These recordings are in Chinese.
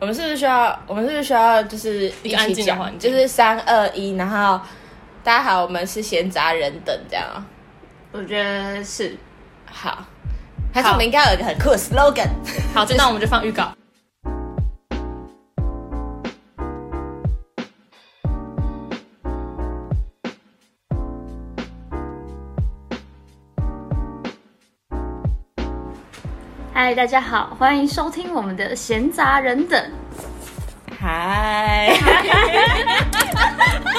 我们是不是需要？我们是不是需要就是一一个安起静的讲？环境就是三二一，然后大家好，我们是闲杂人等这样啊。我觉得是好，还是我们应该有一个很酷的 slogan。好，就那我们就放预告。嗨，大家好，欢迎收听我们的闲杂人等。嗨，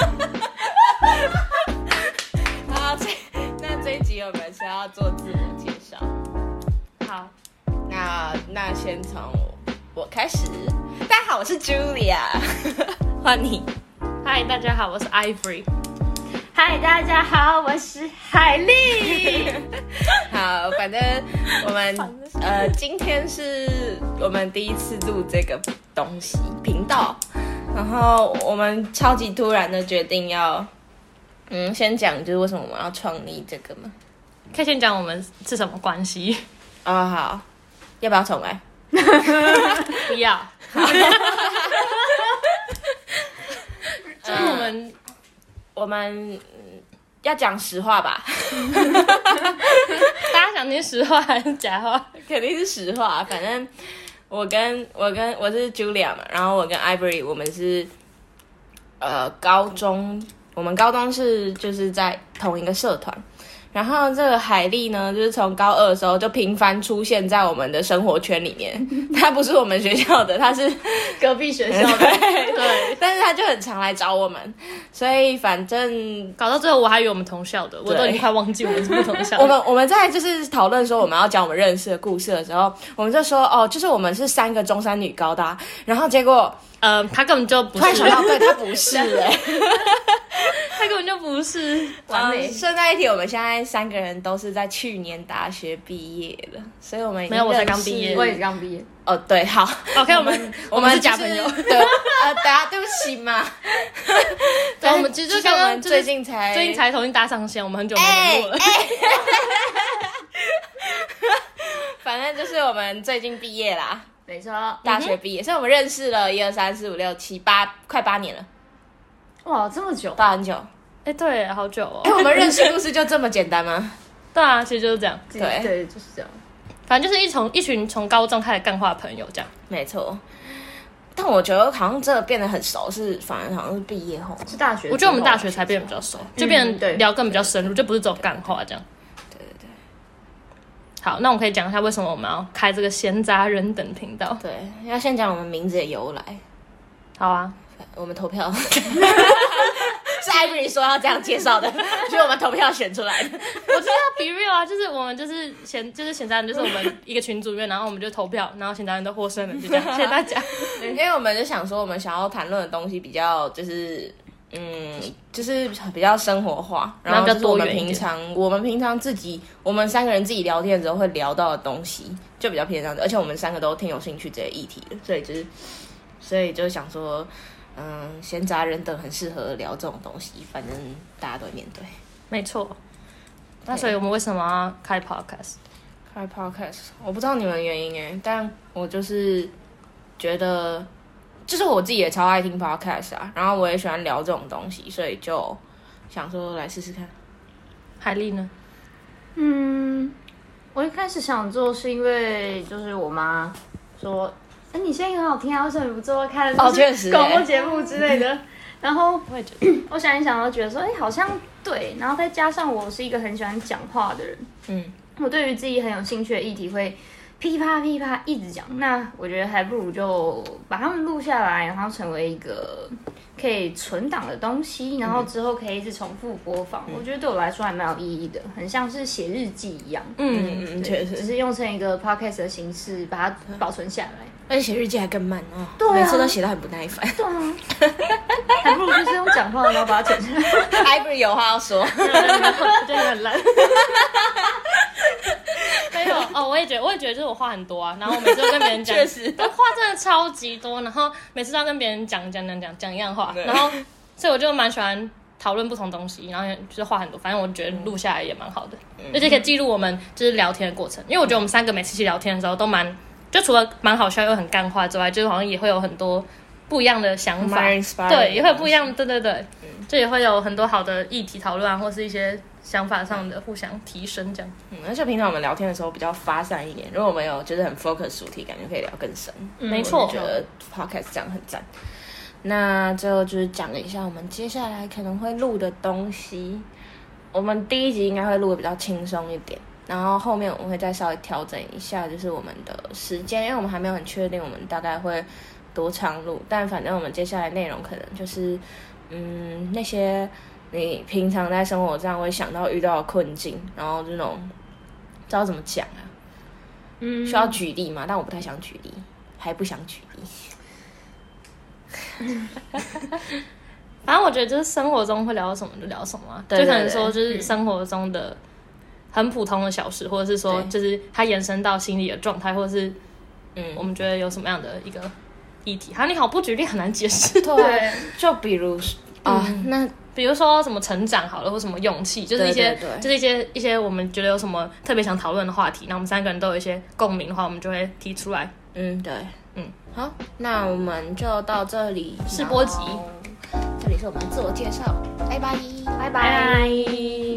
好，这那这一集我们是要做自我介绍。好，那那先从我开始。大家好，我是 Julia，换你。嗨，大家好，我是 Ivory。嗨，大家好，我是海丽。 好，反正我们呃，今天是我们第一次录这个东西频道，然后我们超级突然的决定要，嗯，先讲就是为什么我们要创立这个嘛。 可以先讲我们是什么关系？哦，好，要不要重来？不要，就是我们我们、嗯要讲实话 吧， 大家想听实话还是假话？肯定是实话。反正我跟我跟我是 Julia 嘛，然后我跟 Ivory 我们是呃高中，我们高中是就是在同一个社团。然后这个海丽呢，就是从高二的时候就频繁出现在我们的生活圈里面。她不是我们学校的，她是 隔壁学校的，对，对，但是她就很常来找我们。所以反正搞到最后我还以为我们同校的，我都已经快忘记我们是不同校的。 我们我们在就是讨论说我们要讲我们认识的故事的时候，我们就说哦，就是我们是三个中山女高的啊、然后结 果呃，他根本就不突然是想，到，对，她不是 哎、他根本就不是。嗯顺带一提，我们现在三个人都是在去年大学毕业了，所以我们已经没有我才认识刚毕业我也刚毕业，哦，对，好， OK，我们 我们是就假朋友。对，呃， 大家对不起嘛， 对，我们其实就就刚像我刚们最近才最近才重新搭上线，我们很久没哎联络了。哎，反正就是我们最近毕业嗯啦。没错。哇，大学毕业，所以我们认识了一二三四五六七八，快八年了，这么久，到很久。 哎，对，好久哦哎、。我们认识故事就这么简单吗？对啊，其实就是这样，对对，就是这样。反正就是一从一群从高中开始干话的朋友这样。 没错。但我觉得好像真的变得很熟，是反而好像是毕业后。是大学，我觉得我们大学才变得比较熟，嗯就变得对聊更比较深入，就不是走干话这样。对对对好，那我们可以讲一下为什么我们要开这个闲杂人等频道。对，要先讲我们名字的由来。好啊，我们投 票，是 Ivory 说要这样介绍 的，就是我们投票选出来的。我觉得要 be real 啊，就是我们就是闲就是闲杂人，就是我们一个群组里面，然后我们就投票，然后闲杂人都获胜了，就这样。谢谢大家。 因为我们就想说，我们想要谈论的东西比较就是，嗯，就是比较生活化，然然后后比较就是我们多元一平点常我们平常自己我们三个人自己聊天的时候会聊到的东西，就比较偏向的，而且我们三个都挺有兴趣这些议题的，所以就是，所以就想说，嗯，闲杂人等很适合聊这种东西，反正大家都会面对。没错。那所以我们为什么要开 podcast？开 podcast，我不知道你们的原因哎，但我就是觉得，就是我自己也超爱听 podcast 啊，然后我也喜欢聊这种东西，所以就想说来试试看。海丽呢？嗯，我一开始想做是因为就是我妈说，哎、你声音很好听啊，为什么你不做看哦就是确实广播欸节目之 类的？然后我也觉得。我想一想，我觉得说，哎、好像对。然后再加上我是一个很喜欢讲话的人，嗯，我对于自己很有兴趣的议题会噼啪噼啪一直讲，那我觉得还不如就把它们录下来，然后成为一个可以存档的东西，然后之后可以一直重复播放。嗯我觉得对我来说还蛮有意义的，很像是写日记一样。嗯，嗯，确只实，是用成一个 podcast 的形式把它保存下 来。而且写日记还更慢哦，啊每次都写的很不耐烦。对啊，还不如就是用讲话的然后把它剪下来。 Ivory 有话要说， 我觉得你很烂。 没有哦，我也觉得，我也觉得，就是我话很多啊，然后我每次都跟别人讲， 确实但话真的超级多，然后每次都要跟别人讲讲讲讲讲一样话，对然后所以我就蛮喜欢讨论不同东西，然后就是话很多，反正我觉得录下来也蛮好的，而且可以记录我们就是聊天的过程，因为我觉得我们三个每次一起聊天的时候都蛮就除了蛮好笑又很干话之外，就是好像也会有很多不一样的想法，蛮 inspiring 对，也会不一样，对对对，就也会有很多好的议题讨论啊，或是一些想法上的互相提升这样。嗯而且平常我们聊天的时候比较发散一点，如果我们有就是很 focus 主题，感觉可以聊更深。嗯没我错就觉，得 podcast 这样很赞。那最后就是讲一下我们接下来可能会录的东西。我们第一集应该会录的比较轻松一点，然后后面我们会再稍微调整一下，就是我们的时间，因为我们还没有很确定我们大概会多长录，但反正我们接下来内容可能就是，嗯，那些你平常在生活上会想到遇到的困境，然后这种知道怎么讲啊？嗯需要举例吗？但我不太想举例，还不想举例。反正我觉得就是生活中会聊什么就聊什么、啊，对对就可能说对就是生活中的很普通的小事，或者是说对就是它延伸到心理的状态，或者是嗯我们觉得有什么样的一个议题。啊，你好不举例很难解释，对，就比如说啊，那比如说什么成长好了，或什么勇气，就是一些对对对就是一些一些我们觉得有什么特别想讨论的话题，那我们三个人都有一些共鸣的话，我们就会提出来。嗯，对，嗯，好，那我们就到这里，试播集然后这里是我们的自我介绍，拜拜，拜拜拜。